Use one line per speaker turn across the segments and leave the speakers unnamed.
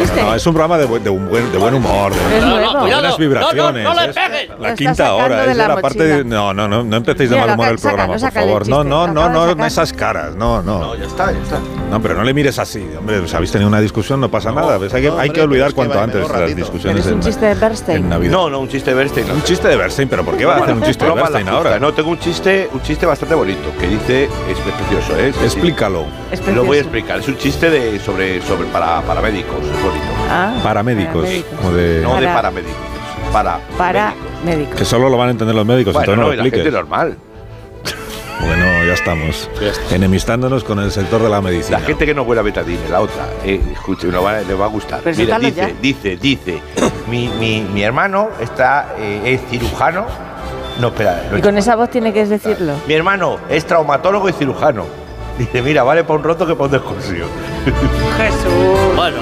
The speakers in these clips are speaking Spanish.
este?
No, es un programa de, bu- de un buen, de buen humor, de
Es nuevo.
buenas
Cuidado,
vibraciones.
no, no, no le
es
pegues.
La
Lo
quinta
está
hora,
sacando
es
de
de
la
la parte de-
mochila.
No, no, no, no empecéis de
Mira,
mal
lo
humor
saca-
el
sácalo,
programa, por
sácale el
favor. No,
chiste,
no,
lo
no,
acaba de
no, no
sacar.
esas caras, no, no.
No, ya está, ya está.
No, pero no le mires así, hombre, pues habéis tenido una discusión, no pasa nada. pues hay que,
no,
hay
hombre,
que
pero
olvidar
es que
cuanto
va,
antes
mejor
las
ratito.
discusiones
Pero es un
en-
chiste de Bernstein.
en Navidad.
No, no, un chiste de Bernstein.
Un chiste de Bernstein, pero ¿por qué va a hacer un chiste de
Broma a la
Bernstein
justa.
ahora?
No, tengo un chiste, un chiste bastante bonito que dice, es precioso, ¿eh? Es decir,
Explícalo.
Es
Lo voy a
precioso.
explicar. Es un chiste de sobre sobre para para médicos, es bonito.
Ah,
Paramédicos.
paramédicos.
o de-
No de
Para-
paramédicos, para
Para
médicos.
médicos.
Que solo lo van a entender los médicos,
Bueno,
entonces
no,
no
y la
lo
gente
expliques.
normal.
Bueno, ya estamos.
Ya está.
Enemistándonos con el sector de la medicina.
La gente que no huele a betadine, la otra, eh, escuche, no va, le va a gustar.
Pero
Mira,
sáltalo
dice,
ya.
dice, dice, mi, mi, mi hermano está, eh, es cirujano. No, espera, no
Y con esa voz tiene que decirlo.
Mi hermano es traumatólogo y cirujano. Dice, mira, vale para un roto que para un descosido.
Jesús. Bueno,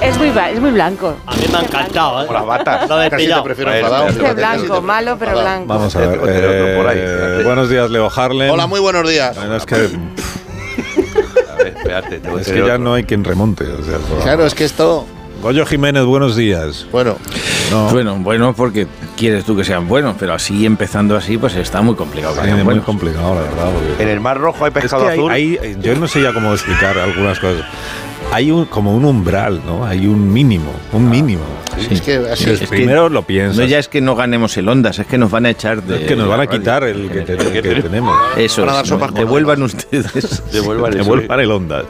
Es muy, ba- es muy blanco.
a mí me ha encantado, ¿eh?
Con las batas.
Lo habéis
Casi te
pillado.
prefiero
Vale,
enfadado.
espérate,
Este
espérate,
blanco, malo, pero blanco.
Vamos a ver.
Otro, otro por ahí,
eh,
espérate.
buenos días, Leo Harlem.
Hola, muy buenos días.
Bueno, es que,
A ver, espérate, tengo
es que ya no hay quien remonte. o sea, el programa.
Claro, es que esto.
Goyo Jiménez, buenos días.
Bueno,
No,
Bueno, bueno, porque quieres tú que sean buenos, pero así empezando así, pues está muy complicado. que
sí,
sean
muy
buenos.
complicado, la verdad. porque-
En el Mar Rojo hay
Es
pescado
que hay-
azul.
hay- yo no sé ya cómo explicar algunas cosas. Hay un, como un umbral, ¿no? Hay un mínimo, un mínimo.
Sí.
es que así
Entonces,
es que-
primero lo piensas.
No ya es que no ganemos el Ondas, es que nos van a echar de.
Es que nos van a
de radio.
quitar el que, te-
que
que
tenemos.
tenemos.
Eso,
Van a
es,
dar sopas con
devuelvan ustedes.
Devuelvan
Te
eso,
vuelvan el onda.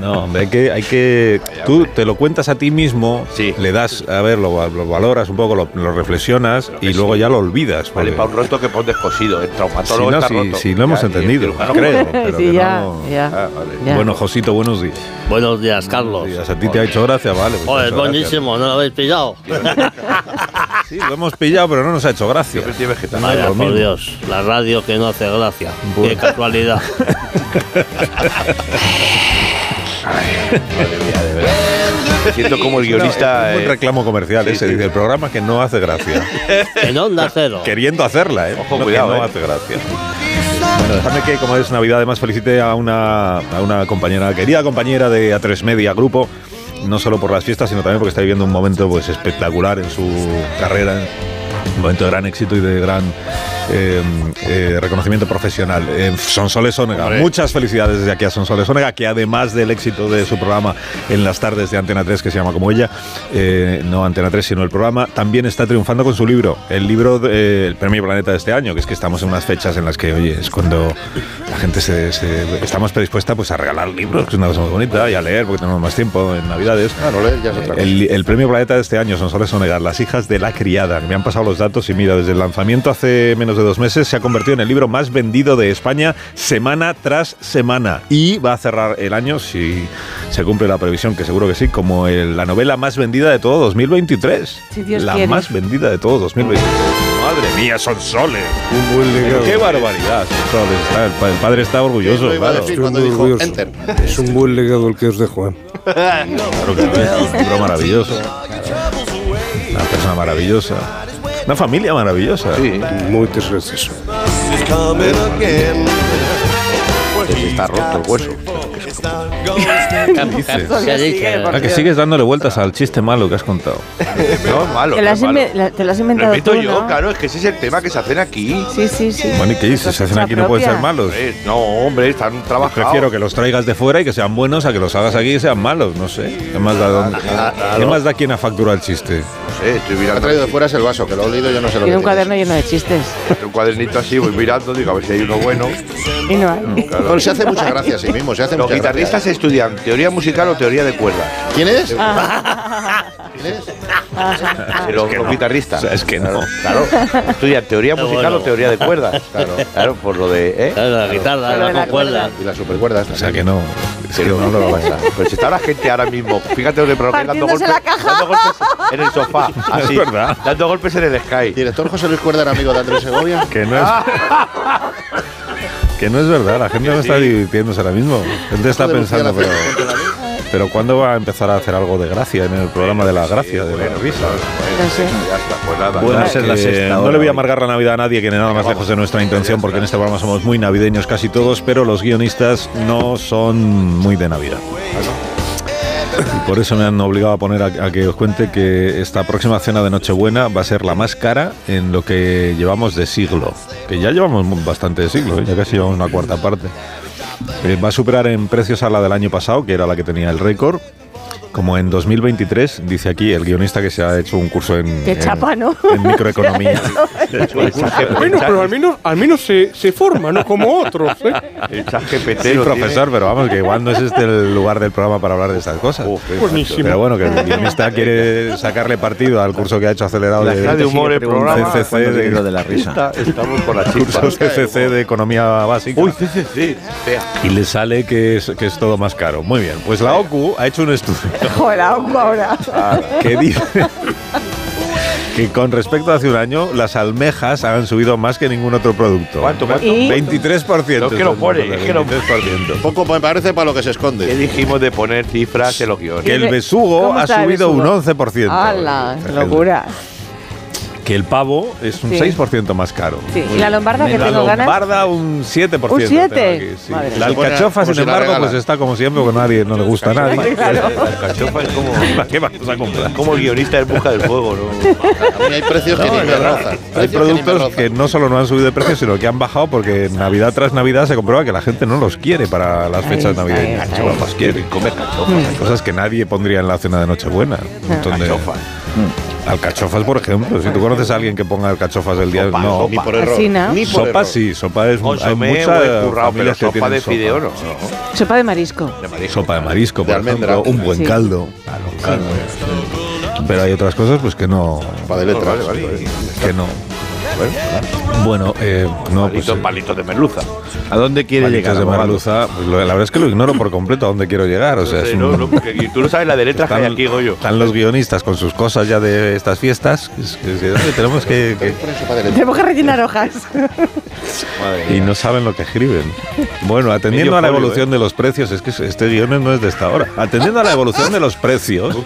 No, hombre, hay que, hay que. Tú te lo cuentas a ti mismo,
Sí.
le das, a ver, lo, lo valoras un poco, lo, lo reflexionas y luego ya lo olvidas.
Vale
porque-
para un roto que para un descosido. El
si,
traumatólogo
no,
está
si-
roto.
si lo hemos
Ya, y el
entendido,
cirujano-
creo. pero
sí,
que
ya,
no-
ya,
Ah, vale.
ya.
Bueno, Josito, buenos días.
Buenos días, Carlos.
Buenos días. A ti te ha hecho gracia, vale. pues te ha
Joder,
hecho gracia.
buenísimo, no lo habéis pillado.
Sí, lo hemos pillado, pero no nos ha hecho gracia.
Siempre estoy vegetal.
Nada,
Vaya,
lo
por
mismo.
Dios, la radio que no hace gracia. Qué
Bueno.
casualidad.
Siento como el
No,
guionista.
es un
eh,
reclamo comercial ese, dice, el programa que no hace gracia.
En onda cero.
Queriendo hacerla, ¿eh?
Ojo,
No, que
cuidado,
no
¿eh?
hace gracia. Bueno, dejadme que, como es Navidad, además felicite a una, a una compañera, querida compañera de A3 Media Grupo, no solo por las fiestas, sino también porque está viviendo un momento pues, espectacular en su carrera, un momento de gran éxito y de gran eh, eh, reconocimiento profesional. Eh, Sonsoles Onega, muchas felicidades desde aquí a Sonsoles Onega, que además del éxito de su programa en las tardes de Antena 3, que se llama como ella, eh, no Antena 3, sino el programa, también está triunfando con su libro, el libro del Premio Planeta de este año, que es que estamos en unas fechas en las que, oye, es cuando la gente se, se- está más predispuesta pues, a regalar libros, que es una cosa muy bonita, y a leer, porque tenemos más tiempo en Navidades.
Ah, no leer ya es otra cosa.
El, el premio Planeta de este año, Sonsoles Onegar, Las hijas de la criada. Me han pasado los datos y mira, desde el lanzamiento hace menos de dos meses se ha convertido en el libro más vendido de España semana tras semana. Y va a cerrar el año, si se cumple la previsión, que seguro que sí, como el- la novela más vendida de todo 2023.
Si Dios
la
quiere.
más vendida de todo 2023. Madre mía, Sonsoles. Pero Qué barbaridad, Sonsoles. Está- el, pa- el padre está orgulloso.
lo iba a
claro.
decir cuando dijo enter.
Es un buen legado el que os dejo. ¿eh?
Claro que lo es, un libro maravilloso. Una persona maravillosa. Una familia maravillosa.
Sí,
Muchas gracias.
está roto el hueso.
¿Qué dices?
Ah, que sigues dándole vueltas al chiste malo que has contado.
No es malo.
Te lo
no
has,
es malo.
inve- la- te lo has
Lo
inventado
invento
tú,
yo,
¿no?
claro, es que ese es el tema que se hacen aquí.
Sí, sí, sí.
Bueno, ¿y qué dices? Se hacen aquí no pueden ser
malos.
malos.
Eh, No, hombre, están trabajando.
Prefiero que los traigas de fuera y que sean buenos a que los hagas aquí y sean malos, no sé. ¿Qué más da, dónde- ¿Qué más da quien a facturar el chiste?
No sé, estoy
Lo que ha
mirando
traído de fuera es el vaso, que lo he leído yo no sé lo
Tiene
que
un
tiene.
cuaderno lleno de chistes.
un cuadernito así, voy mirando, digo, a ver si hay uno bueno.
Y no hay.
No, se hace muchas gracias a sí mismo, se hace
Los
muchas
guitarristas estudian teoría musical o teoría de cuerdas. Eh,
gracias. ¿Quién es? ¿Quién es?
Los, los guitarristas.
O sea, es que no.
Claro, claro. estudian teoría
Qué
musical
bueno.
o teoría de cuerdas. Claro, claro, por lo de. ¿eh?
Claro, la guitarra,
Pero de
la
la
cuerda.
Y las supercuerdas.
O sea que no. Es que
Pero
no lo
pasa. Pero si está la gente ahora mismo, fíjate donde provoca dando
Partiéndose
golpes,
la caja.
dando golpes en el sofá, así,
verdad.
dando golpes en el sky.
Director José Luis Cuerda era amigo de Andrés Segovia.
Que no es. Que no es verdad, la gente no está divirtiéndose ahora mismo. La gente está
Joder,
pensando,
Lucía,
pero.
la fe-
Pero ¿cuándo va a empezar a hacer algo de gracia en el programa de la gracia, de la risa?
No sé.
Ya está, pues nada.
Bueno,
Va a ser
que
la sexta
no
hora
le voy a
hoy.
amargar la Navidad a nadie, que nada más lejos de nuestra intención, porque en este programa somos muy navideños casi todos, pero los guionistas no son muy de Navidad. Y por eso me han obligado a poner a, a que os cuente que esta próxima cena de Nochebuena va a ser la más cara en lo que llevamos de siglo. Que ya llevamos mu- bastante de siglo, ¿eh? ya casi llevamos una cuarta parte. Eh, va a superar en precios a la del año pasado, que era la que tenía el récord. Como en 2023, dice aquí el guionista que se ha hecho un curso en,
Qué
en-
chapa, ¿no?
en microeconomía.
Bueno, pues, pero al menos, al menos se, se forma, no como otros. ¿eh?
El chat GPT
Sí,
lo
profesor, pero vamos, que igual no es este el lugar del programa para hablar de estas cosas.
Uf, qué
Buenísimo.
Pero bueno, que el guionista quiere sacarle partido al curso que ha hecho acelerado
La cara de
de
humor el programa.
CCC
Cuando
de-
viene lo de la risa.
Está- estamos con la chispa.
cursos CCC de economía básica.
Uy, CCC. Vea.
Y le sale que es, que es todo más caro. Muy bien, pues la OCU ha hecho un estudio
Joder, agua ahora.
que dice que con respecto a hace un año, las almejas han subido más que ningún otro producto.
¿Cuánto, cuánto?
Y-
23%.
Es que lo pone, es que lo-
23%.
Poco me parece para lo que se
¿Qué
esconde.
dijimos de poner cifras en los guiones?
Que el besugo
¿Cómo
ha
está el
subido
besugo?
un 11%.
¡Hala!
El-
¡Locura!
Que el pavo es un
Sí.
6% más caro.
Sí, y la lombarda que
La
tengo ganas.
lombarda un 7%.
¿Un
tengo
7?
aquí, sí.
Madre
La
mía.
alcachofa,
Como
sin
si la
embargo,
regala.
pues está como siempre, porque nadie no le gusta a nadie.
La cachofa es como,
¿Qué vamos a comprar?
como el guionista del Busca del Fuego, ¿no?
A mí hay precios que ni me rozan.
Hay
Precios que ni me
productos
rozan.
que no solo no han subido de precio, sino que han bajado porque Navidad tras Navidad se comprueba que la gente no los quiere para las
Ahí
fechas
está,
navideñas.
ahí está, Mm.
No
ahí
los quiere. Comer cachofas. Hay cosas que nadie pondría en la cena de Nochebuena.
Ah.
Un montón de- Mm. Alcachofas, por ejemplo. Si tú conoces a alguien que ponga alcachofas el día...
Sopa,
No,
Ni por error.
Así, ¿no?
Ni por
Sopa
error.
sí, sopa es hay
Consomé
muchas
o escurrado, pero
familias que
sopa
tienen
de fideo no.
Sopa de marisco.
Sopa de marisco,
De
por ejemplo,
almendra.
un buen
Sí.
caldo. Caldo. Pero hay otras cosas pues que no
Sopa de letras.
Vale, vale.
que no. Bueno, eh, no pues,
Palitos,
eh,
palitos de merluza.
¿A dónde quiere
Manitas
llegar?
de
abogado?
Maraluza, pues, lo- la verdad es que lo ignoro por completo a dónde quiero llegar. O sea, es
Sí,
un-
no, no, porque- y tú no sabes la de letras que hay
están,
aquí, Goyo.
están los guionistas con sus cosas ya de estas fiestas. que es- que es- que tenemos que, que-
Ponen sopa de letras.
Tenemos que rellenar hojas.
y no saben lo que escriben. Bueno, atendiendo
Medio
a la
folio,
evolución de los precios, es que este guion no es de esta hora. Atendiendo a la evolución de los precios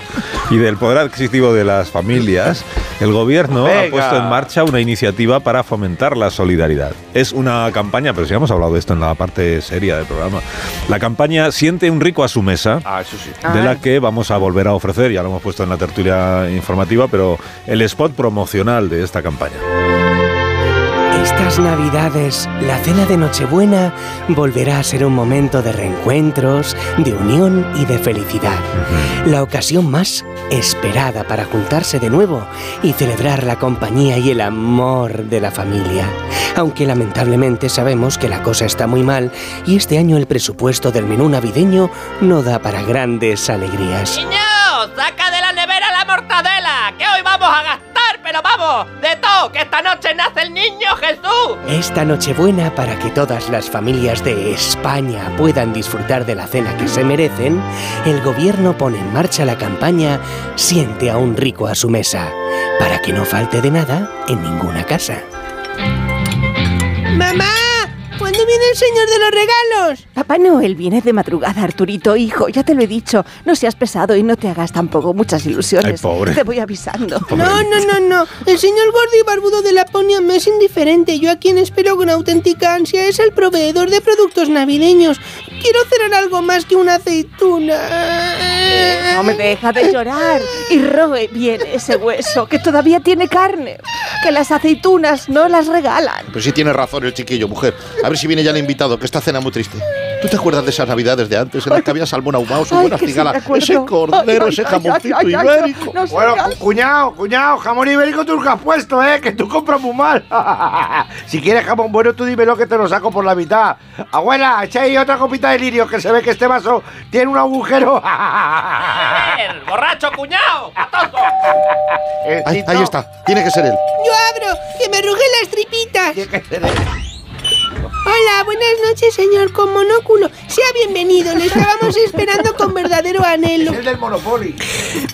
y del poder adquisitivo de las familias, el gobierno ha
Venga.
puesto en marcha una iniciativa para fomentar la solidaridad. Es una campaña, pero sí hemos hablado de esto en la parte seria del programa. La campaña Siente un rico a su mesa
Ah, eso sí.
de
Ay.
la que vamos a volver a ofrecer, ya lo hemos puesto en la tertulia informativa, pero el spot promocional de esta campaña.
Estas navidades, la cena de Nochebuena volverá a ser un momento de reencuentros, de unión y de felicidad. La ocasión más esperada para juntarse de nuevo y celebrar la compañía y el amor de la familia. Aunque lamentablemente sabemos que la cosa está muy mal y este año el presupuesto del menú navideño no da para grandes alegrías.
¡Niño! ¡Saca de la nevera la mortadela! ¡Que hoy vamos a gastar, pero vamos! ¡De todo! ¡Que esta noche nace el niño Jesús!
Esta Nochebuena, para que todas las familias de España puedan disfrutar de la cena que se merecen, el gobierno pone en marcha la campaña Siente a un rico a su mesa, para que no falte de nada en ninguna casa.
¡Mamá! ¿Cuándo viene el señor de los regalos?
Papá Noel viene de madrugada, Arturito, hijo, ya te lo he dicho. No seas pesado y no te hagas tampoco muchas ilusiones.
Ay, pobre.
Te voy avisando.
No, no, no, no. El señor gordo y barbudo de Laponia me es indiferente. Yo a quien espero con auténtica ansia es el proveedor de productos navideños. Quiero cenar algo más que una aceituna.
Eh,
No me deja de llorar y roe bien ese hueso que todavía tiene carne, que las aceitunas no las regalan.
Pero sí tiene razón el chiquillo, mujer. A ver si viene ya el invitado, que esta cena muy triste. ¿Tú te acuerdas de esas navidades de antes en las que había salmón ahumado, su
Ay,
buena
que sí,
cigala,
me acuerdo.
ese cordero,
Ay,
ese
ay, ay,
jamoncito
ay, ay, ay,
ibérico?
no, no
Bueno,
sigas.
cu- cuñado, cuñado, jamón ibérico tú nunca has puesto, ¿eh? Que tú compras muy mal. si quieres jamón bueno, tú dímelo que te lo saco por la mitad. Abuela, echa ahí otra copita de lirio, que se ve que este vaso tiene un agujero.
¡El borracho cuñado! ¡Patoso!
Eh,
Ahí,
Tito,
ahí está, tiene que ser él.
Yo abro, que me rugen las tripitas.
tiene que ser él.
Hola, buenas noches, señor con monóculo. Sea bienvenido, le estábamos esperando con verdadero anhelo.
El del Monopoly.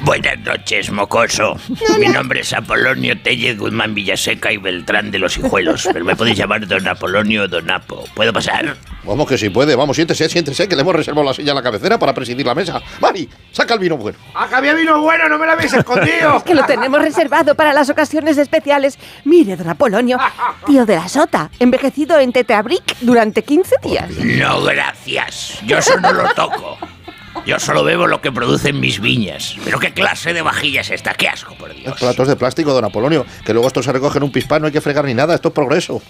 Buenas noches, mocoso. Mi nombre es Apolonio Tellez Guzmán Villaseca y Beltrán de los Hijuelos, pero me podéis llamar Don Apolonio o Don Apo. ¿Puedo pasar?
Vamos que si puede, vamos, siéntese, siéntese, que le hemos reservado la silla a la cabecera para presidir la mesa. Mari, saca el vino bueno.
Acá había vino bueno, no me lo habéis escondido.
Que lo tenemos reservado para las ocasiones especiales. Mire, don Apolonio, tío de la sota, envejecido en Tetrabric durante 15 días.
No, gracias. Yo eso no lo toco. Yo solo bebo lo que producen mis viñas. Pero qué clase de vajilla es esta, qué asco, por Dios.
Platos de plástico, don Apolonio, que luego esto se recoge en un pispán, no hay que fregar ni nada, esto es progreso.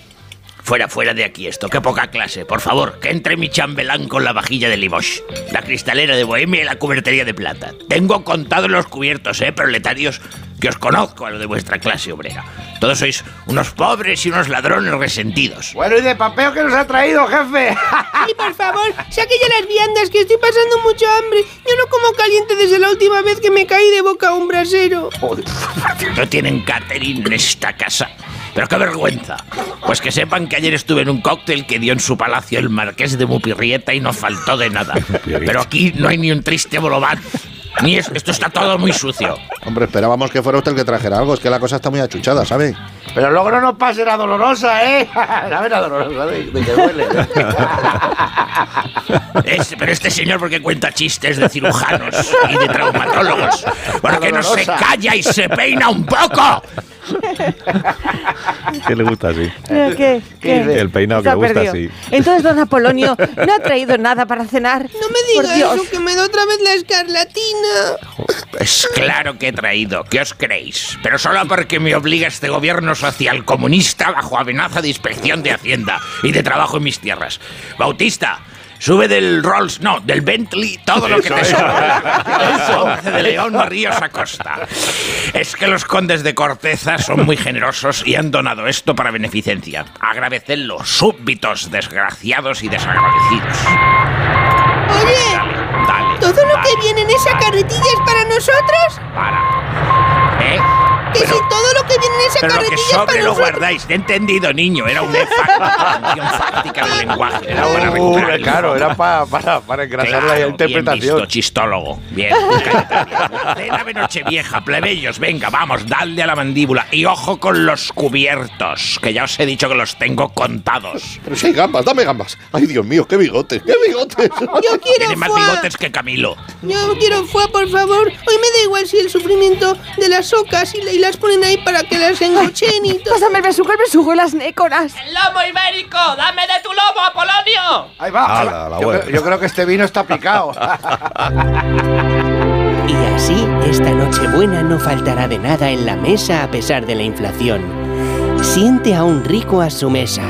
Fuera, fuera de aquí esto, qué poca clase. Por favor, que entre mi chambelán con la vajilla de Limoges, la cristalera de Bohemia y la cubertería de plata. Tengo contados los cubiertos, eh, proletarios, que os conozco a lo de vuestra clase obrera. Todos sois unos pobres y unos ladrones resentidos.
Bueno, y de papeo que nos ha traído, jefe.
Y por favor, saque ya las viandas, que estoy pasando mucha hambre. Yo no como caliente desde la última vez que me caí de boca a un brasero.
No tienen catering en esta casa. Pero qué vergüenza. Pues que sepan que ayer estuve en un cóctel que dio en su palacio el marqués de Mupirrieta y no faltó de nada. Pero aquí no hay ni un triste bolobán. Ni es- esto está todo muy sucio.
Hombre, esperábamos que fuera usted el que trajera algo, es que la cosa está muy achuchada, ¿sabe?
Pero luego no nos pase la dolorosa, ¿eh? La vera dolorosa, de, de que duele.
Es- pero este señor porque cuenta chistes de cirujanos y de traumatólogos. Porque no se
Dolorosa.
calla y se peina un poco.
¿Qué le gusta así?
¿Qué? Eh, ¿Qué? ¿Qué?
El peinado que
Se
le
ha
gusta
perdido.
así.
Entonces, don Apolonio, ¿no ha traído nada para cenar? No me
Diga eso, que me da otra vez la escarlatina.
Pues claro que he traído, ¿qué os creéis? Pero solo porque me obliga este gobierno social comunista bajo amenaza de inspección de Hacienda y de trabajo en mis tierras. Bautista, sube del Rolls, no, del Bentley, todo lo que te sobra. Ponce de León, Ríos Acosta. Es que los condes de Corteza son muy generosos y han donado esto para beneficencia. Agradecedlo, súbditos, desgraciados y desagradecidos.
Oye,
Dale,
¿todo lo que viene en esa carretilla es para nosotros?
para. ¿Eh?
Que si todo lo que viene en esa
Pero lo que
carretilla es para
sobre lo
nosotros.
guardáis. Te he entendido, niño. Era una facción fáctica del lenguaje. Era para
Uh,
recuperar el
claro,
idioma.
era pa- para, para engrasar
Claro,
la
bien
interpretación.
visto, chistólogo. Bien. Cena de Nochevieja, plebeyos. Venga, vamos, dadle a la mandíbula. Y ojo con los cubiertos, que ya os he dicho que los tengo contados.
Pero si hay gambas, dame gambas. Ay, Dios mío, qué bigotes, qué bigotes.
Yo quiero
Tiene más
fuá.
bigotes que Camilo.
Yo quiero fuá, por favor. Hoy me da igual si el sufrimiento de las ocas y, la- y las ponen ahí para que las engochen y todo.
Pásame el besugo, el besugo y las nécoras.
¡El lomo ibérico! ¡Dame de tu lomo, Apolonio!
Ahí va. ahí
Ala,
va.
la
yo,
buena.
creo- yo creo que este vino está picado.
Y así, esta Nochebuena no faltará de nada en la mesa a pesar de la inflación. Siente a un rico a su mesa.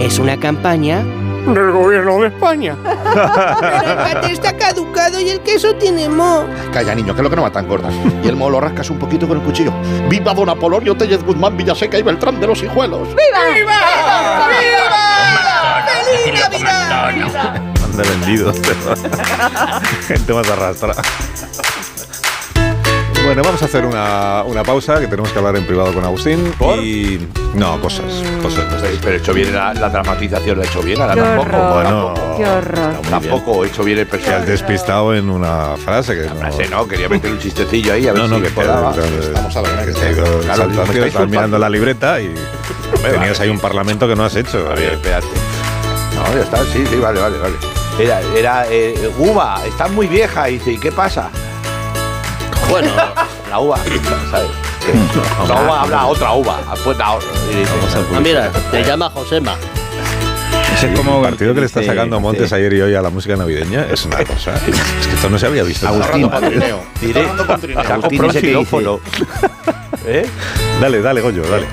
Es una campaña
Del gobierno de España.
Pero el paté está caducado y el queso tiene mo.
Calla, niño, que es lo que no va tan gorda. Y el moho lo rascas un poquito con el cuchillo. ¡Viva don Apolonio Tellez Guzmán Villaseca y Beltrán de los Hijuelos!
¡Viva!
¡Feliz Navidad!
Anda vendido. Gente más arrastrada. Bueno, vamos a hacer una, una pausa que tenemos que hablar en privado con Agustín. Y. No, cosas. cosas, cosas.
Pero hecho bien la, la dramatización, la he hecho bien. Ahora
Qué
tampoco.
horror.
tampoco-
Qué horror.
Tampoco he hecho bien el personaje.
Has despistado en una frase que. No,
Sí, no, quería meter un chistecillo ahí a ver
no, no,
si
que te-
colaba.
te-
Vamos a ver,
que
venga, claro,
te-
me
saltaste,
estáis
Estás
insultando.
mirando la libreta y tenías ahí un parlamento que no has hecho.
Vale, espérate. No, ya está, sí, sí, vale, vale, vale. Era, era eh, uva, está muy vieja, y dice, ¿y qué pasa?
Bueno,
La uva, ¿sabes? La uva habla otra uva, pues la otra. y dice,
ah, mira, te llama Josema.
Ese es como el partido que le está
sí,
sacando Montes ayer y hoy a la música navideña es una cosa. Es que esto no se había visto.
Agustín. Patrineo.
Diré,
Hablando con Trineo.
se ha
Agustín
comprado ese
dice que
quirófano. ¿Eh?
Dale, dale, Goyo, dale.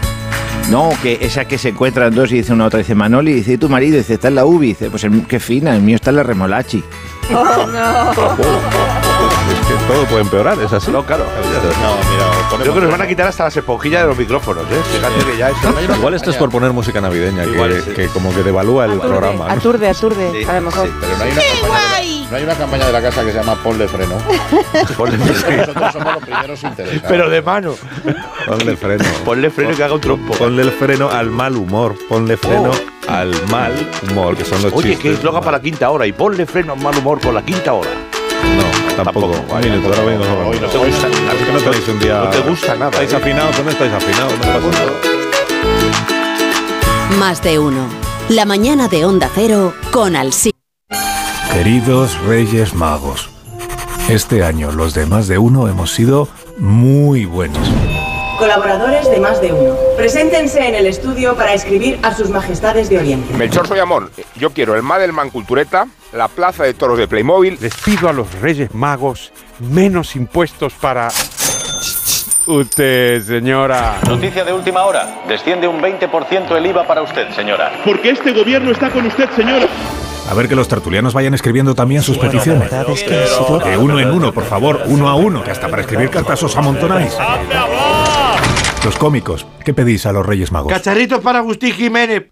No, que esa que se encuentran dos y dice una a otra, dice Manoli, dice, ¿y tu marido? Dice, está en la ubi. Dice, pues el- qué fina, el mío está en la remolachi.
Oh,
Es que todo puede empeorar, es así.
No, claro.
No, mira,
Yo creo
ponemos...
que nos van a quitar hasta las esponjillas de los micrófonos, ¿eh? Fíjate que ya esto...
Igual esto es por poner música navideña,
Igual
que,
es, sí.
que como que devalúa el
Aturde,
programa. ¿no?
aturde, aturde,
Sí,
a lo mejor.
sí.
Pero no hay, una campaña de la, no hay una campaña de la casa que se llama Ponle Freno. Nosotros somos los primeros interesados.
Pero de mano.
Ponle el freno.
Ponle freno y que haga un trompo.
Ponle el freno al mal humor. Ponle freno al mal humor, que son los
Oye,
chistes.
que eslogan para la quinta hora y ponle freno a mal humor con la quinta hora.
No, tampoco. Un minuto, ahora vengo.
Hoy no.
¿Por qué no tenéis un día...?
No te gusta nada,
¿Estáis
¿eh?
afinados o no estáis afinados? No pasa nada.
Más de uno. La mañana de Onda Cero con Alsina.
Queridos Reyes Magos, este año los demás de uno hemos sido muy buenos.
Colaboradores de más de uno. Preséntense en el estudio para escribir a sus majestades de Oriente.
Melchor Soyamón, yo quiero el Madelman Cultureta, la Plaza de Toros de Playmobil.
Les pido a los Reyes Magos menos impuestos para... Usted, señora.
Noticia de última hora. Desciende un 20% el IVA para usted, señora.
Porque este gobierno está con usted, señora.
A ver que los tertulianos vayan escribiendo también sus
Bueno,
peticiones.
la verdad es que sí, por-
De uno en uno, por favor, uno a uno, que hasta para escribir cartas os amontonáis. Los cómicos, ¿qué pedís a los Reyes Magos?
Cacharritos para Agustín Jiménez.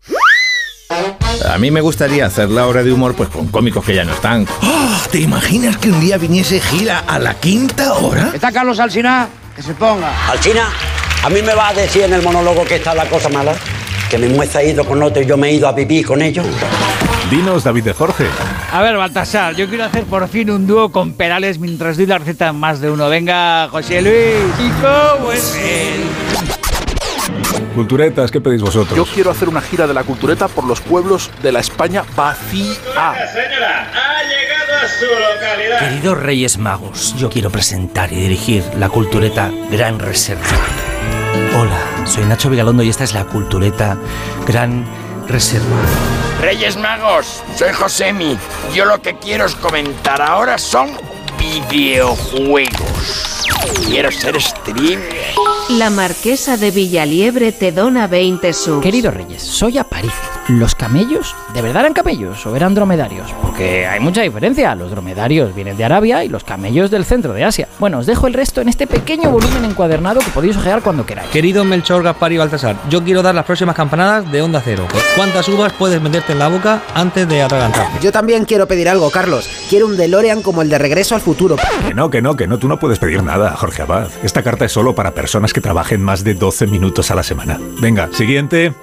A mí me gustaría hacer la hora de humor pues con cómicos que ya no están.
¡Ah! ¿Te imaginas que un día viniese Gira a la quinta hora?
¿Eh? ¿Está Carlos Alsina? Que se ponga. Alsina, a mí me va a decir en el monólogo que está la cosa mala. Que mi muestra ha ido con otro y yo me he ido a vivir con ellos.
Dinos, David de Jorge.
A ver, Baltasar, yo quiero hacer por fin un dúo con Perales mientras doy la receta en más de uno. Venga, José Luis. ¿Y cómo es él?
Culturetas, ¿qué pedís vosotros?
Yo quiero hacer una gira de la cultureta por los pueblos de la España vacía.
Señora, ha llegado a su localidad.
Queridos Reyes Magos, yo quiero presentar y dirigir la cultureta Gran Reserva. Hola, soy Nacho Vigalondo y esta es la cultureta Gran Reserva.
Reyes Magos, soy Josemi. Yo lo que quiero es comentar ahora son videojuegos. Quiero ser streamer.
La marquesa de Villaliebre te dona 20 subs.
Queridos Reyes, soy Aparicio. ¿Los camellos? ¿De verdad eran camellos o eran dromedarios? Porque hay mucha diferencia. Los dromedarios vienen de Arabia y los camellos del centro de Asia. Bueno, os dejo el resto en este pequeño volumen encuadernado que podéis ojear cuando queráis.
Querido Melchor, Gaspar y Baltasar, yo quiero dar las próximas campanadas de Onda Cero. ¿Cuántas uvas puedes meterte en la boca antes de atragantarte?
Yo también quiero pedir algo, Carlos. Quiero un DeLorean como el de Regreso al Futuro.
Que no, que no, que no, tú no puedes pedir nada, Jorge Abad. Esta carta es solo para personas que trabajen más de 12 minutos a la semana. Venga, siguiente.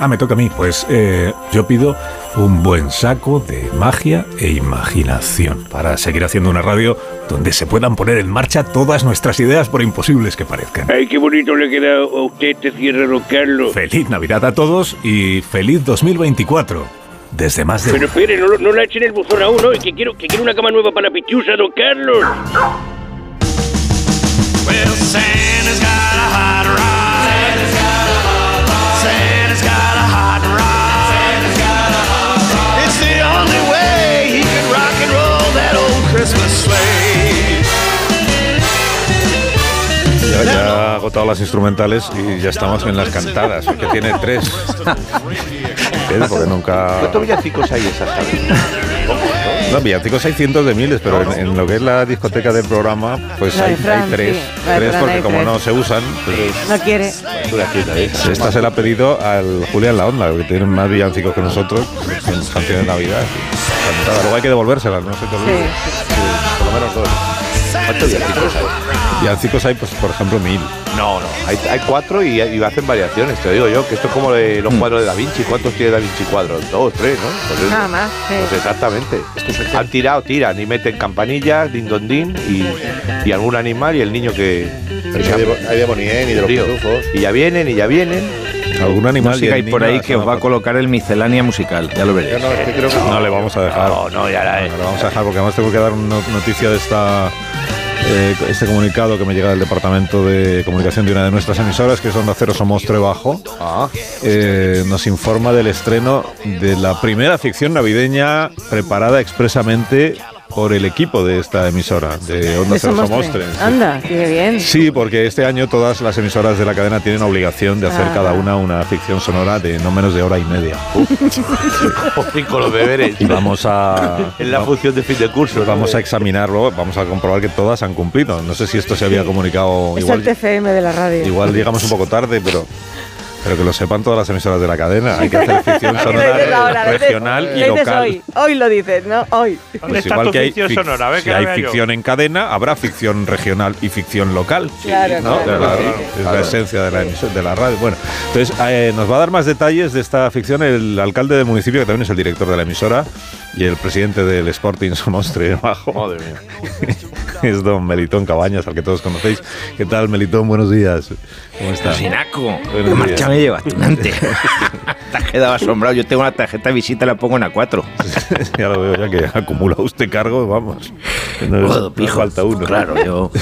Ah, me toca a mí. Pues eh, yo pido un buen saco de magia e imaginación para seguir haciendo una radio donde se puedan poner en marcha todas nuestras ideas por imposibles que parezcan.
Ay, qué bonito le queda a usted este cierre, don Carlos.
Feliz Navidad a todos y feliz 2024. Desde más de...
Pero espere, no, lo- no la echen el buzón aún, ¿no? Es que quiero, que quiero una cama nueva para la pichusa, don Carlos.
It's the only way he can rock and roll that old Christmas sleigh.
Ya, ya ha agotado las instrumentales y ya estamos en las cantadas, que tiene tres. ¿Ves? Porque nunca...
¿Cuántos villancicos hay esas?
No, villancicos hay cientos de miles, pero en, en lo que es la discoteca del programa, pues
La de
hay,
Fran,
hay tres.
sí. La de
tres
Fran
porque
hay
como
tres.
no se usan, pues,
No quiere.
esta se la ha pedido al Julián La Onda, que tiene más villancicos que nosotros, con canciones de Navidad. y cantadas. Luego hay que devolvérselas, no se te olvide.
Por lo menos dos. ¿Cuántos villancicos hay?
Villancicos hay, pues, por ejemplo, mil.
No, no. Hay, hay cuatro y, y hacen variaciones, te lo digo yo, que esto es como de
Mm.
los cuadros de Da Vinci. ¿Cuántos tiene Da Vinci cuadros? Dos, tres, ¿no? Pues eso.
Nada más. eh. sí.
Pues exactamente. Han tirado, tiran y meten campanillas, dindondín y, y algún animal y el niño que.
hay de Bonien y de los
pitufos. Y ya vienen, y ya vienen.
Algún
No
animal y el
sigáis por
niño
ahí
la
que os va a colocar el miscelánea musical, ya lo veréis.
No, no, es que creo que- No le vamos a dejar. No, no, ya la Lo vamos a dejar porque además tengo que dar una noticia de esta eh, este comunicado que me llega del departamento de comunicación de una de nuestras emisoras, que es Onda Cero Somos Trebajo. Eh, nos informa del estreno de la primera ficción navideña preparada expresamente por el equipo de esta emisora, de Onda
De
Cero
Somos
Somos
Tres.
Tres.
Anda, qué bien.
Sí, porque este año todas las emisoras de la cadena tienen obligación de hacer
Ah.
cada una una ficción sonora de no menos de hora y media.
Con los deberes.
Y vamos a.
Es la función de fin de curso. ¿no?
Vamos a examinarlo, vamos a comprobar que todas han cumplido. No sé si esto se había comunicado
Es el
igual.
TFM de la radio.
Igual llegamos un poco tarde, pero. Pero que lo sepan todas las emisoras de la cadena. Hay que hacer ficción
Lo dices ahora,
sonora
lo dices-
regional
lo
y
dices
local.
Hoy. hoy lo dices, ¿no? Hoy.
Pues igual que hay, fic- si hay ficción en cadena, habrá ficción regional y ficción local.
Sí, Claro,
¿no?
claro.
Es la esencia de la, emisora- de la radio. Bueno, entonces eh, nos va a dar más detalles de esta ficción el alcalde del municipio, que también es el director de la emisora, y el presidente del Sporting Somos Bajo. Madre mía. es don Melitón Cabañas, al que todos conocéis. ¿Qué tal, Melitón? Buenos días. ¿Cómo estás?
Sinaco,
Buenos
marcha
días.
me lleva tunante.
te has quedado asombrado. Yo tengo una tarjeta de visita, la pongo en A4.
ya lo veo, ya que acumula usted cargo, vamos. No,
Joder,
no
pijo.
falta uno.
Claro, yo,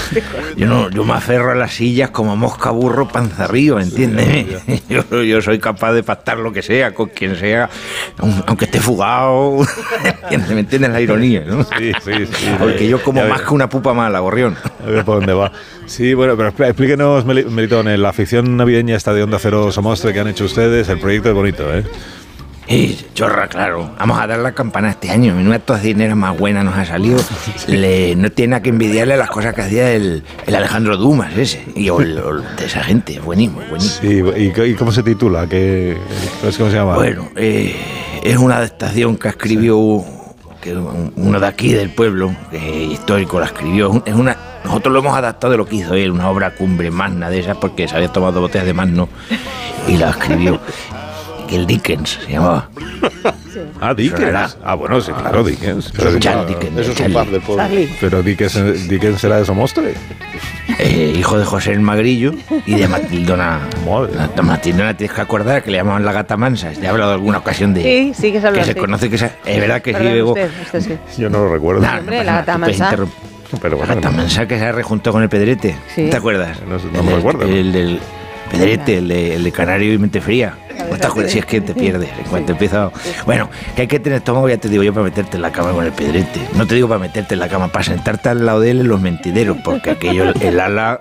yo, no, yo me aferro a las sillas como mosca burro panza arriba, ¿entiendes? Yo, yo soy capaz de pactar lo que sea, con quien sea, aun- aunque esté fugado. ¿Entiendes? ¿Me entiendes la ironía? ¿no?
Sí, sí, sí.
Porque yo como
Ya
más
veo.
que una pupa mala, gorrión.
A ver por dónde va. Sí, bueno, pero expl- explíquenos, Meli- Melitón, eh, la afición navideña esta de Onda Cero Somostre que han hecho ustedes, el proyecto es bonito, ¿eh?
Y chorra, claro. Vamos a dar la campana este año. Menuda dinero más buena nos ha salido. Le- no tiene nada que envidiarle a las cosas que hacía el, el Alejandro Dumas ese. Y o el- o el de esa gente. Buenísimo, buenísimo.
Sí, ¿y, c- y cómo se titula? ¿Qué, es ¿Cómo se llama?
Bueno, eh, es una adaptación que escribió que un- uno de aquí del pueblo, eh, histórico, la escribió. Es una, nosotros lo hemos adaptado de lo que hizo él, una obra cumbre magna de esas, porque se había tomado botellas de magno y la escribió. El Dickens se llamaba.
Ah, Dickens.
Sonará.
Ah, bueno, sí, claro, Dickens.
Pero Charles Dickens,
Eso es un
Charlie.
par del pueblo.
Charlie.
Pero Dickens, Dickens era de Somostre.
Eh, hijo de José el Magrillo y de Matildona. Madre. Matildona tienes que acordar que le llamaban la gata mansa. Te he hablado alguna ocasión de.
Sí, sí que se habla
Que se
así.
conoce que esa- es verdad que sí,
Perdón,
Bego.
usted, usted sí.
Yo no lo recuerdo.
Nah,
Hombre, la gata
tú puedes
mansa.
interrumpir.
Pero bueno,
la gata mansa que se rejuntó con el Pedrete.
Sí.
¿Te acuerdas?
No,
me acuerdo. El, del Pedrete, el de, el de Canario y Mentefría. No te acuerdas, si es que te pierdes en cuanto empieza. Bueno, que hay que tener estómago, ya te digo yo, para meterte en la cama con el Pedrete. No te digo para meterte en la cama, para sentarte al lado de él en los mentideros, porque aquello, el ala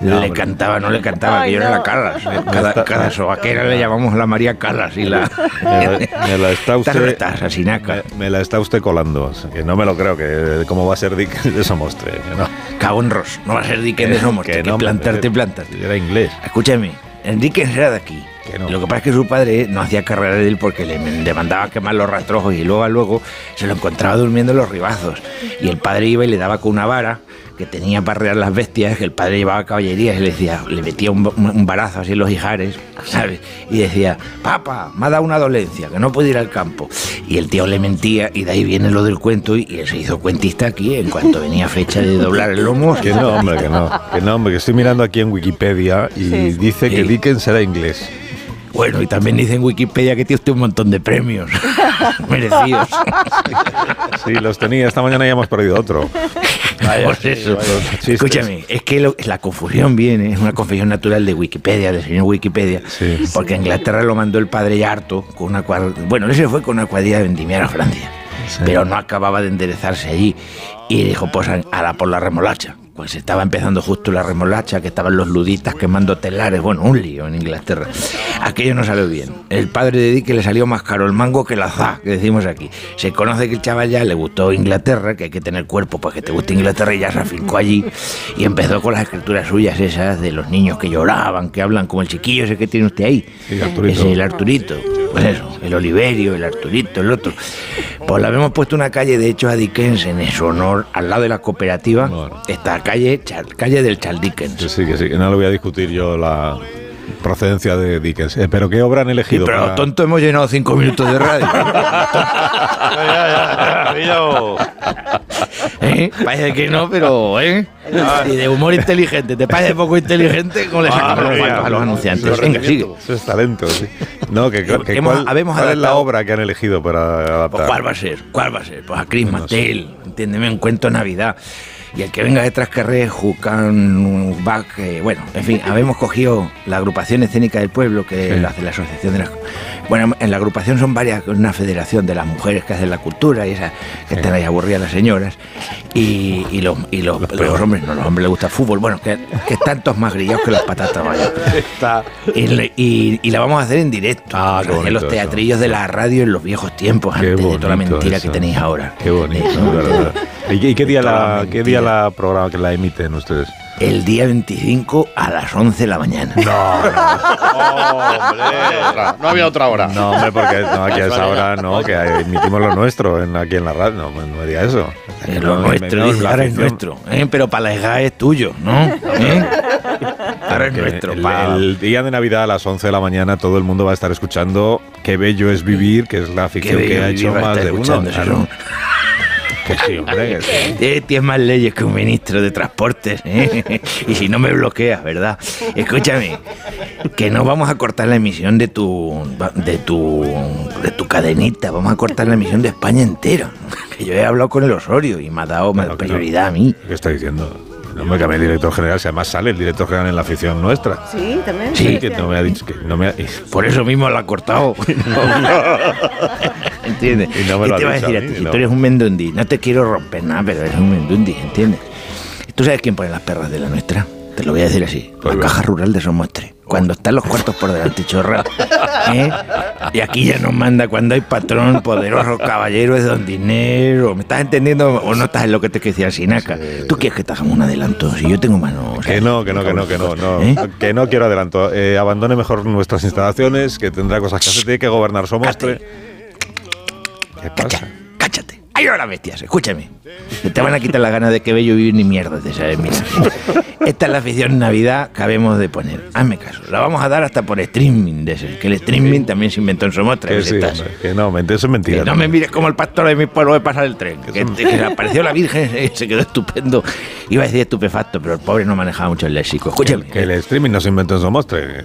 le cantaba, no le cantaba,
Ay,
aquello era
no.
la Calas. Cada, cada sobaquera le llamamos la María Calas y la.
Me la, me la está usted.
Tarrotas, asinaca.
Me, me la está usted colando. o sea, que no me lo creo, que cómo va a ser Dickens de Somostre. que No.
Cagonros, no va a ser Dickens de Somostre, que plantarte, plantarte.
Era inglés.
Escúchame, Enrique era de aquí. Lo que pasa es que su padre no hacía carrera de él porque le, le mandaba quemar los rastrojos y luego a luego se lo encontraba durmiendo en los ribazos. Y el padre iba y le daba con una vara que tenía para rear las bestias, que el padre llevaba caballerías y le decía, le metía un, un- un barazo así en los hijares, ¿sabes? Y decía, papá, me ha dado una dolencia, que no puedo ir al campo. Y el tío le mentía y de ahí viene lo del cuento y, y él se hizo cuentista aquí en cuanto venía fecha de doblar el lomo.
Que no, hombre, que no. Que no, hombre, que estoy mirando aquí en Wikipedia y
Sí.
dice que
Sí.
Dickens era inglés.
Bueno, y también dice en Wikipedia que tiene usted un montón de premios merecidos.
Sí, los tenía. Esta mañana ya hemos perdido otro.
Por eso. Escúchame, es que lo- la confusión viene, es una confusión natural de Wikipedia, del señor Wikipedia, porque a Inglaterra lo mandó el padre ya harto con una cuadra- bueno, él se fue con una cuadrilla de vendimiar a Francia, pero no acababa de enderezarse allí y dijo, pues a a la por la remolacha. Pues estaba empezando justo la remolacha, que estaban los luditas quemando telares, bueno, un lío en Inglaterra. Aquello no salió bien. El padre de Dick le salió más caro el mango que la za, que decimos aquí. Se conoce que el chaval ya le gustó Inglaterra, que hay que tener cuerpo para que te guste Inglaterra, y ya se afincó allí. Y empezó con las escrituras suyas esas de los niños que lloraban, que hablan, como el chiquillo ese que tiene usted ahí.
Arturito.
Ese, el Arturito. Pues eso, el Oliverio, el Arturito, el otro. Pues le habíamos puesto una calle, de hecho, a Dickens en su honor, al lado de la cooperativa, esta calle, Char- calle del Charles Dickens.
Que sí, que sí, que no lo voy a discutir yo la procedencia de Dickens. Eh, pero ¿qué obra han elegido?
pero
para-
tonto hemos llenado cinco minutos de radio. ¿Eh? Parece que no, pero ¿eh? Y de humor inteligente, te parece poco inteligente, como le sacamos los
Ah. Madre mía.
patos a los anunciantes.
Eso
Venga,
es-
sigue.
Eso es talento, sí. No, que, que
Hemos-
cuál,
habemos
cuál es la
adaptado- Pues,
obra que han elegido para adaptar.
¿Cuál va a ser? ¿Cuál va a ser? Pues a Chris Mattel, entiéndeme, un cuento de Navidad. Y el que venga detrás que re, who can back, eh, bueno, en fin, habemos cogido la agrupación escénica del pueblo, que
Sí.
la hace la asociación de las... Bueno, en la agrupación son varias, una federación de las mujeres que hacen la cultura y esas que están ahí aburridas las señoras. Y, y los, y los, los hombres, no, los hombres les gusta el fútbol, bueno, que, que están todos más grillados que las patatas, vaya. Y, le- y- y la vamos a hacer en directo. Ah,
qué bonito
los
eso.
teatrillos de la radio en los viejos tiempos, antes de toda la
bonito
mentira
eso.
que tenéis ahora.
Qué bonito,
Eh,
de verdad. ¿Y, y qué, día
Toda
la, qué día la programa que la emiten ustedes?
El día 25 a las 11 de la mañana.
Oh,
No,
Ah, No había otra hora.
no, hombre, porque no, aquí a esa hora no, que emitimos lo nuestro en, aquí en la radio. No, pues, no me diga eso.
Es lo nuestro, dice, ahora es nuestro. ¿eh? Pero para la EGA es tuyo, ¿no? ¿Eh? Ahora es nuestro.
El,
pa-
el día de Navidad a las 11 de la mañana todo el mundo va a estar escuchando Qué bello es vivir, que es la ficción
bello
que ha
vivir
hecho
va a
más
estar
de uno.
escuchando,
claro. Que sí, hombre.
Eh, tienes más leyes que un ministro de transportes. ¿eh? y si no me bloqueas, ¿verdad? Escúchame, que no vamos a cortar la emisión de tu, de tu, de tu cadenita. Vamos a cortar la emisión de España entera. Que yo he hablado con el Osorio y me ha dado más prioridad a mí.
¿Qué está diciendo? No me cambie el director general, si además sale el director general en la afición nuestra.
Sí, también.
Sí, que no me ha dicho que no me ha-
Por eso mismo la ha cortado. ¿Entiendes?
Y no me
¿Qué
lo
te
ha
va a
dicho
decir
a
a
mí,
ti?
y
Si
no.
tú eres un mendundi, no te quiero romper nada, pero eres un mendundi, ¿entiendes? ¿Tú sabes quién pone las perras de la nuestra? Te lo voy a decir así.
Pues
la caja rural de Somos Tres. Cuando están los cuartos por delante, chorra. ¿eh? Y aquí ya nos manda cuando hay patrón, poderoso, caballero, es don dinero. ¿Me estás entendiendo o no estás en lo que te quiero decir, Sinaca? ¿Tú quieres que te hagamos un adelanto? Si yo tengo mano...
Que no, que no, que no, que no, no.
¿Eh?
que no quiero adelanto. Eh, abandone mejor nuestras instalaciones, que tendrá cosas que hacer, tiene que gobernar Somos tres. ¿Qué pasa?
¡Ay, ahora bestias! Escúchame. Te van a quitar las ganas de que bello vivir ni mierda de saber, mira. Esta es la afición Navidad que habemos de poner. Hazme caso. La vamos a dar hasta por streaming de ese, que el streaming también se inventó en Somotra.
Que
Que,
sí, hombre, que no, mente- eso es mentira.
que no me mires como el pastor de mi pueblo de pasar el tren. Que, este,
un-
que se le apareció la Virgen eh, se quedó estupendo. Iba a decir estupefacto, pero el pobre no manejaba mucho el léxico. Escúchame.
Que el streaming no se inventó en Somostre.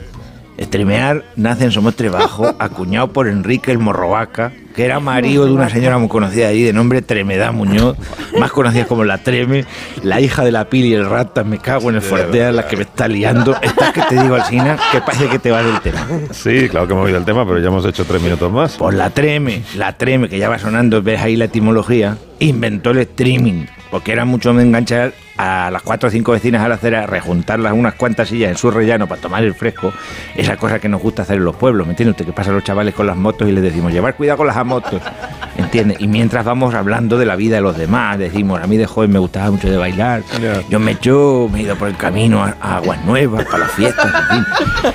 Streamear nace en Somostre Bajo, acuñado por Enrique el Morrovaca, que era marido de una señora muy conocida allí de nombre Tremedá Muñoz, más conocida como la Treme, la hija de la Pili y el Rata, me cago en el Fortea, la que me está liando. Estás que te digo, Alcina, que parece que te va del tema.
Sí, claro que hemos oído el tema, pero ya hemos hecho tres minutos más.
Por la Treme, la Treme, que ya va sonando, ves ahí la etimología, inventó el streaming, porque era mucho más enganchar a las cuatro o cinco vecinas a la acera, rejuntarlas unas cuantas sillas en su rellano para tomar el fresco, esa cosa que nos gusta hacer en los pueblos, ¿me entiende usted? Que pasan los chavales con las motos y les decimos, llevar cuidado con las motos, ¿entiende? Y mientras vamos hablando de la vida de los demás, decimos, a mí de joven me gustaba mucho de bailar, yo me he hecho, me he ido por el camino a, a Aguas Nuevas, para las fiestas, en fin.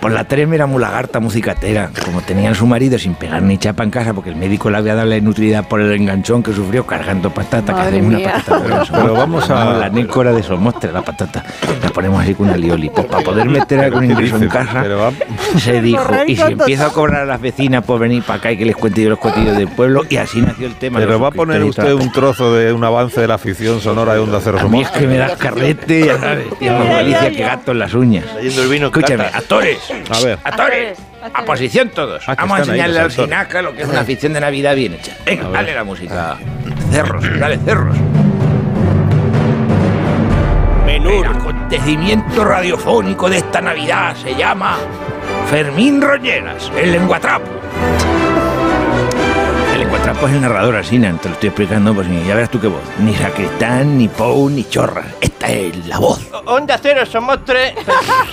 Por la trem era muy lagarta, muy cicatera. Como tenían su marido sin pegar ni chapa en casa, porque el médico le había dado la inutilidad por el enganchón que sufrió cargando patata,
Madre
que hacemos una
mía.
patata con
Pero-
la somostra,
pero vamos a-
¿no? La nécora de somostre, la patata. La ponemos así con una lioli. Pues para poder meter algún
¿qué
ingreso en
dices?
casa, se dijo, y si
Correcto,
empiezo a cobrar a las vecinas, pues venir para acá y que les cuente yo los cuentillos del pueblo. Y así nació el tema.
Pero
Los
Eh, va a poner
suscriptores y
usted un trozo de un avance de la afición sonora de Onda Cero
toda la- A mí es
Somos.
que me das carrete, ya sabes, tío, más malicia que gato en las uñas. Escúchame, actores.
A ver.
Actores, a posición todos.
Ah, que
Vamos a
están ahí
enseñarle
los
al
actores.
Sinaca lo que es una afición de Navidad bien hecha. Venga,
A ver.
dale la música. Cerros, dale cerros. El acontecimiento radiofónico de esta Navidad se llama Fermín Rolleras, el lenguatrapo. El lenguatrapo es el narrador así, Nan, te lo estoy explicando, pues ni- ya verás tú qué voz. Ni sacristán, ni Pou, ni chorra. Esta es la voz.
Onda Cero Somos Tres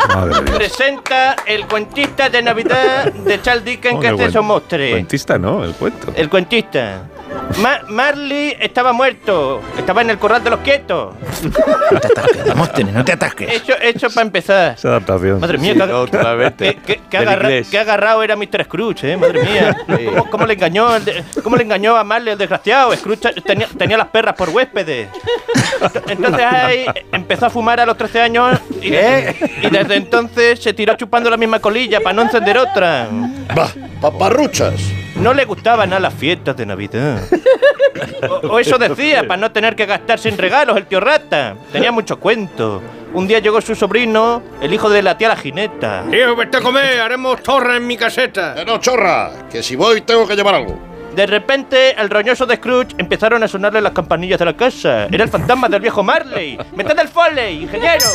Madre mía.
presenta el cuentista de Navidad de Charles
Oh,
Dickens que
Hombre,
hace
buen-
Somos Tres.
Cuentista, ¿no? El cuento.
El cuentista. Ma- Marley estaba muerto, estaba en el corral de los quietos.
Demóstenes, no te atasques.
Eso, eso para empezar.
Esa adaptación.
Madre mía,
Sí,
que,
no,
que- que- que
Del
agarra-
inglés.
que agarrado era Mr. Scrooge, ¿eh? Madre mía. ¿Cómo, cómo le engañó el de- cómo le engañó a Marley el desgraciado? Scrooge tenía, tenía las perras por huéspedes. Entonces ahí empezó a fumar a los 13 años y, y desde entonces se tiró chupando la misma colilla para no encender otra. Bah, paparruchas. No le gustaban a las fiestas de Navidad. O, o eso decía, para no tener que gastar sin regalos el tío Rata. Tenía muchos cuentos. Un día llegó su sobrino, el hijo de la tía la jineta.
Hijo, vete a comer, haremos chorra en mi caseta. Eh, No, chorra, que si voy tengo que llevar algo.
De repente, al roñoso de Scrooge empezaron a sonarle las campanillas de la casa. Era el fantasma del viejo Marley. ¡Meted el foley, ingeniero!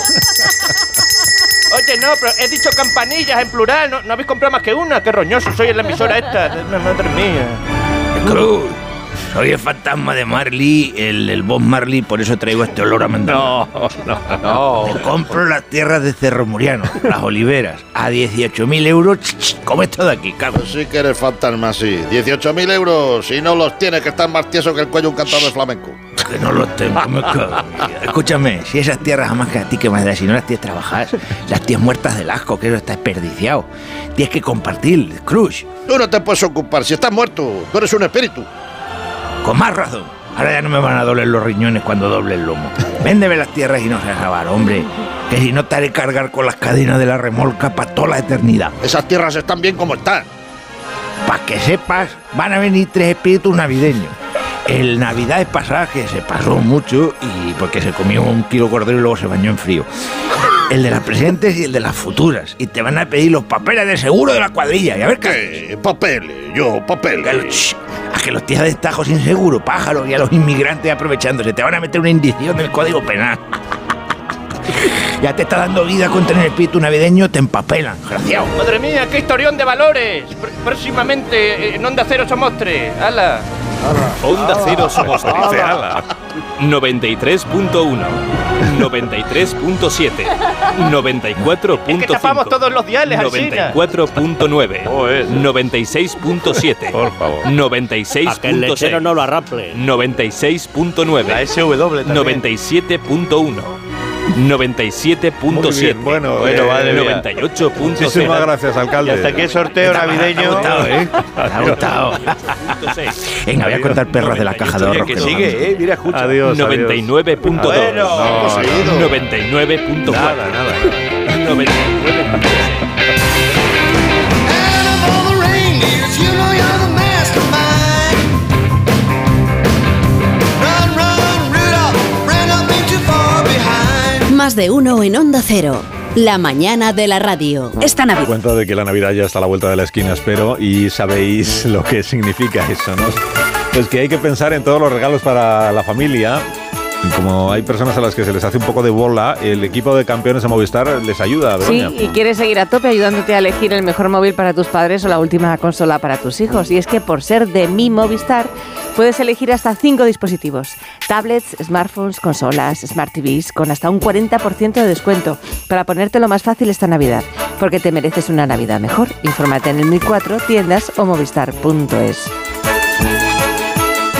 Oye, no, pero he dicho campanillas en plural. No, no habéis comprado más que una. ¡Qué roñoso soy en la emisora esta! ¡Madre mía!
Cruz. Soy el fantasma de Marley, el, el boss Marley, por eso traigo este olor a mandado. No, no, Compro las tierras de Cerro Muriano, las oliveras, a 18.000 euros. ch, ch, Come esto de aquí, cabrón.
Pues Sí que eres fantasma, sí. 18.000 euros, si no los tienes, que están más tiesos que el cuello de un cantador de flamenco.
Que no los tengo, me cago en mi vida. Escúchame, si esas tierras jamás que a ti que más da, si no las tienes trabajadas, las tienes muertas del asco, que eso está desperdiciado. Tienes que compartir, Cruz.
Tú no te puedes ocupar, si estás muerto, tú eres un espíritu.
Con más razón. Ahora ya no me van a doler los riñones cuando doble el lomo. Véndeme las tierras y no seas avaro, hombre. Que si no te haré cargar con las cadenas de la remolca para toda la eternidad.
Esas tierras están bien como están.
Para que sepas, van a venir tres espíritus navideños. El Navidades pasadas que se pasó mucho y porque se comió un kilo de cordero y luego se bañó en frío. El de las presentes y el de las futuras. Y te van a pedir los papeles de seguro de la cuadrilla. Y a ver qué.
Eh, papeles, yo, papeles.
a que los tías de estajo sin seguro, pájaros y a los inmigrantes aprovechándose. Te van a meter una indición del código penal. ya te está dando vida contra el espíritu navideño, te empapelan, graciado.
Madre mía, qué historión de valores. Pr- próximamente eh, en Onda Cero somos tres. ¡Hala!
Onda Cero somos tres.
Ah.
Ala.
93.1, 93.7, 94.5.
que tapamos todos los diales, Alsina.
94.9, 96.7. Por favor. 96.6.
Aquel lechero no lo arraple.
96.9. La SW 97.1. 97.7
bien, bueno,
bueno
eh,
vale,
mira.
98.0
Muchísimas gracias, alcalde. Y hasta aquí sorteo navideño.
Ha gustado, ¿eh?
Ha gustado. Venga, Eh, voy a contar perros de la caja de ahorros.
Oye, que
lo
sigue,
vamos.
eh, mira, escucha.
Adiós, adiós.
99.2.
Ah, Bueno, No, hemos seguido.
99.4. Nada, nada. 99.6.
Más de uno en Onda Cero. La mañana de la radio. Esta
Me doy
Navidad.
cuenta de que la Navidad ya está a la vuelta de la esquina, espero, y sabéis lo que significa eso, ¿no? Pues que hay que pensar en todos los regalos para la familia. Y Como hay personas a las que se les hace un poco de bola, el equipo de campeones de Movistar les ayuda,
Sí,
Begoña.
y quieres seguir a tope ayudándote a elegir el mejor móvil para tus padres o la última consola para tus hijos. Y es que por ser de mi Movistar, puedes elegir hasta cinco dispositivos: tablets, smartphones, consolas, smart TVs, con hasta un 40% de descuento para ponértelo más fácil esta Navidad. Porque te mereces una Navidad mejor. Infórmate en el 1004, tiendas o movistar.es.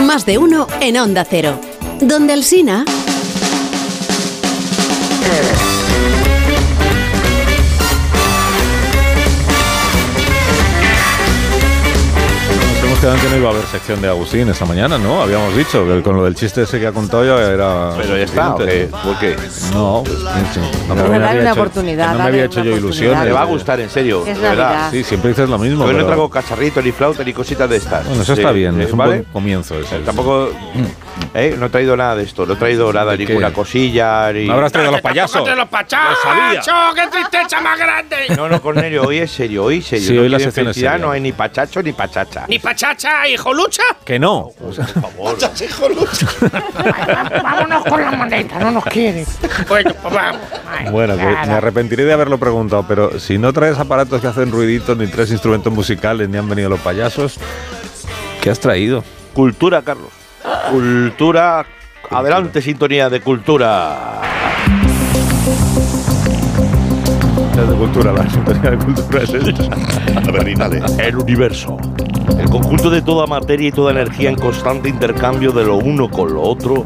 Más de uno en Onda Cero. Donde Alsina.
Nos hemos quedado en que no iba a haber sección de Agustín esta mañana, ¿no? Habíamos dicho que con lo del chiste ese que ha contado ya era.
Pero ya está, ¿o qué?
¿Por qué? No, pues, no,
Dale
me había
una
hecho-
oportunidad,
No me
dale
había
una
hecho yo
oportunidad.
ilusiones.
Te va a gustar, en serio,
Es
de
Navidad.
verdad.
Sí, siempre dices lo mismo.
Yo no
pero-
traigo cacharrito, ni flauta, ni cositas de estas.
Bueno, eso está
Sí,
bien,
eh,
es un
¿vale?
buen comienzo. Mm. Ese,
Tampoco. eh, no he traído nada de esto, no he traído nada, ninguna cosilla. Ni...
No habrás traído
Este
los payasos.
los
¡Pachacho! ¡Qué tristeza más grande!
No, no, Cornelio, hoy es serio, hoy es serio.
Sí,
no
hoy la
quiero
sección es
felicidad,
seria.
no hay ni pachacho ni pachacha.
¡Ni pachacha, hijo lucha!
Que no. O sea,
¡Pachacha, hijo lucha! Vámonos con la moneda, no nos quiere. Bueno, pues vamos. Ay,
Bueno, que
nada.
me arrepentiré de haberlo preguntado, pero si no traes aparatos que hacen ruiditos, ni tres instrumentos musicales, ni han venido los payasos, ¿qué has traído?
Cultura, Carlos. Cultura. Adelante, sintonía de cultura.
La de cultura, la sintonía de cultura es esta.
A ver, El universo. El conjunto de toda materia y toda energía en constante intercambio de lo uno con lo otro.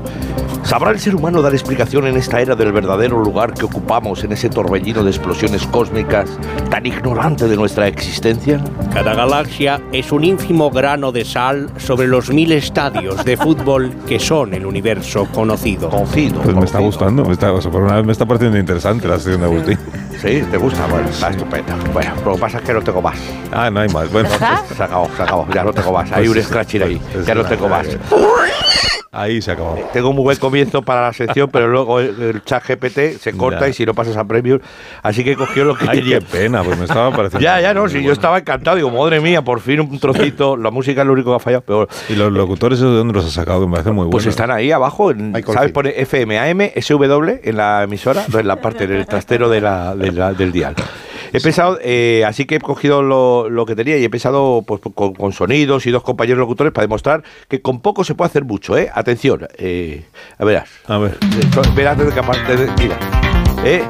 ¿Sabrá el ser humano dar explicación en esta era del verdadero lugar que ocupamos en ese torbellino de explosiones cósmicas tan ignorante de nuestra existencia?
Cada galaxia es un ínfimo grano de sal sobre los mil estadios de fútbol que son el universo conocido.
Conocido.
Pues me está gustando, me está, o sea, por una vez me está pareciendo interesante la sección de Agustín.
Sí, te gusta, bueno, está estupenda. Bueno, lo que pasa es que no tengo más.
Ah, no hay más. Bueno,
Se acabó, se acabó. Ya no tengo más. Hay
Pues
un
es-
scratching ahí.
es
Ya no
una-
tengo más.
Ahí se acabó.
Eh, Tengo un muy buen comienzo para la sección, pero luego el, el chat GPT se corta
Ya.
y si no pasas a Premium. Así que cogió lo que
Ay,
tenía.
qué pena, pues me estaba pareciendo.
Ya, ya, no, sí, yo estaba encantado. Digo, madre mía, por fin un trocito. La música es lo único que ha fallado. Pero
¿Y los locutores esos de dónde los has sacado? Que me parece muy bueno.
pues están ahí abajo, en, ¿sabes? Pone FMAM, SW en la emisora, no, en la parte del trastero de la, de la- del dial. He pensado, eh, así que he cogido lo, lo que tenía y he pensado pues, con, con sonidos y dos compañeros locutores para demostrar que con poco se puede hacer mucho, ¿eh? Atención, eh, a verás.
A ver.
Verás desde que aparte de- mira, ¿eh?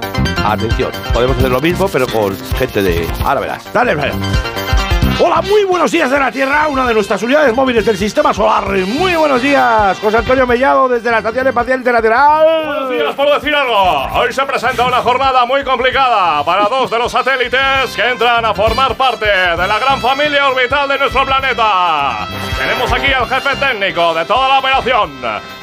Atención, podemos hacer lo mismo, pero con gente de. Ahora verás. Dale, dale. Hola, muy buenos días de la Tierra, una de nuestras unidades móviles del sistema solar. Muy buenos días, José Antonio Mellado desde la Estación Espacial Internacional.
Buenos días, puedo decir algo. Hoy se presenta una jornada muy complicada para dos de los satélites que entran a formar parte de la gran familia orbital de nuestro planeta. Tenemos aquí al jefe técnico de toda la operación,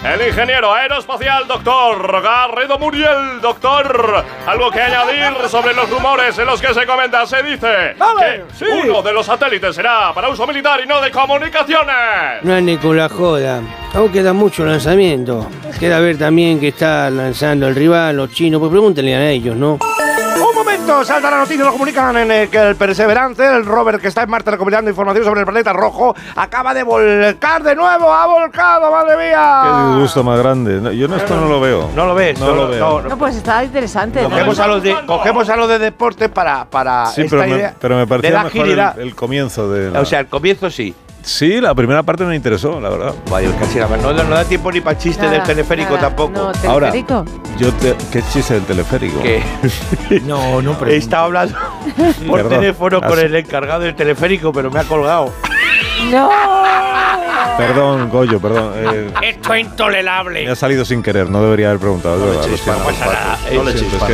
El ingeniero aeroespacial, doctor Garrido Muriel, doctor. Algo que añadir sobre los rumores en los que se comenta. Se dice
Vale,
que uno de los satélites será para uso militar y no de comunicaciones.
No es ni con la joda. Aún queda mucho lanzamiento. Queda ver también que está lanzando el rival, los chinos. Pues pregúntenle a ellos, ¿no?
Un momento, salta la noticia, lo comunican en el que el Perseverance, el rover que está en Marte recopilando información sobre el planeta rojo, acaba de volcar de nuevo, ha volcado, madre
Qué
mía.
disgusto más grande. No, yo no, esto no lo veo.
No lo ves,
no, lo veo.
No, pues está interesante. ¿no?
Cogemos a los de, cogemos a los de deporte para, para
sí,
Ah, esta
pero me,
idea
pero me
de la
parecía mejor el,
agilidad.
el comienzo de. la-
O sea, el comienzo sí.
sí, la primera parte me interesó, la verdad.
Vaya, casi la No, no da tiempo ni para chiste
Nada,
del teleférico
nada,
tampoco.
no, teleférico.
Yo te, ¿Qué chiste del teleférico?
no, no, pero. Estaba hablando por
Perdón.
teléfono con
Así-
el encargado del teleférico, pero me ha colgado.
No.
Perdón, Goyo, perdón. eh,
Esto es intolerable.
me ha salido sin querer, no debería haber preguntado. No
Eh,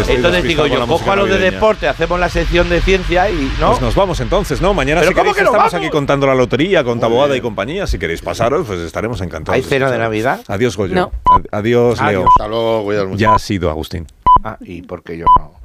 Entonces digo yo, cojo a los de deporte, hacemos la sección de ciencia y. ¿no?
Pues nos vamos entonces, ¿no? Mañana
¿Pero
si
cómo
queréis,
que nos
estamos
vamos?
aquí contando la lotería con Taboada y compañía. Si queréis pasaros, pues estaremos encantados.
¿Hay cena de
escucharos.
Navidad?
Adiós, Goyo.
No.
Ad- Adiós, Leo.
Adiós.
Ya ha sido, Agustín.
Ah, ¿y por qué yo no?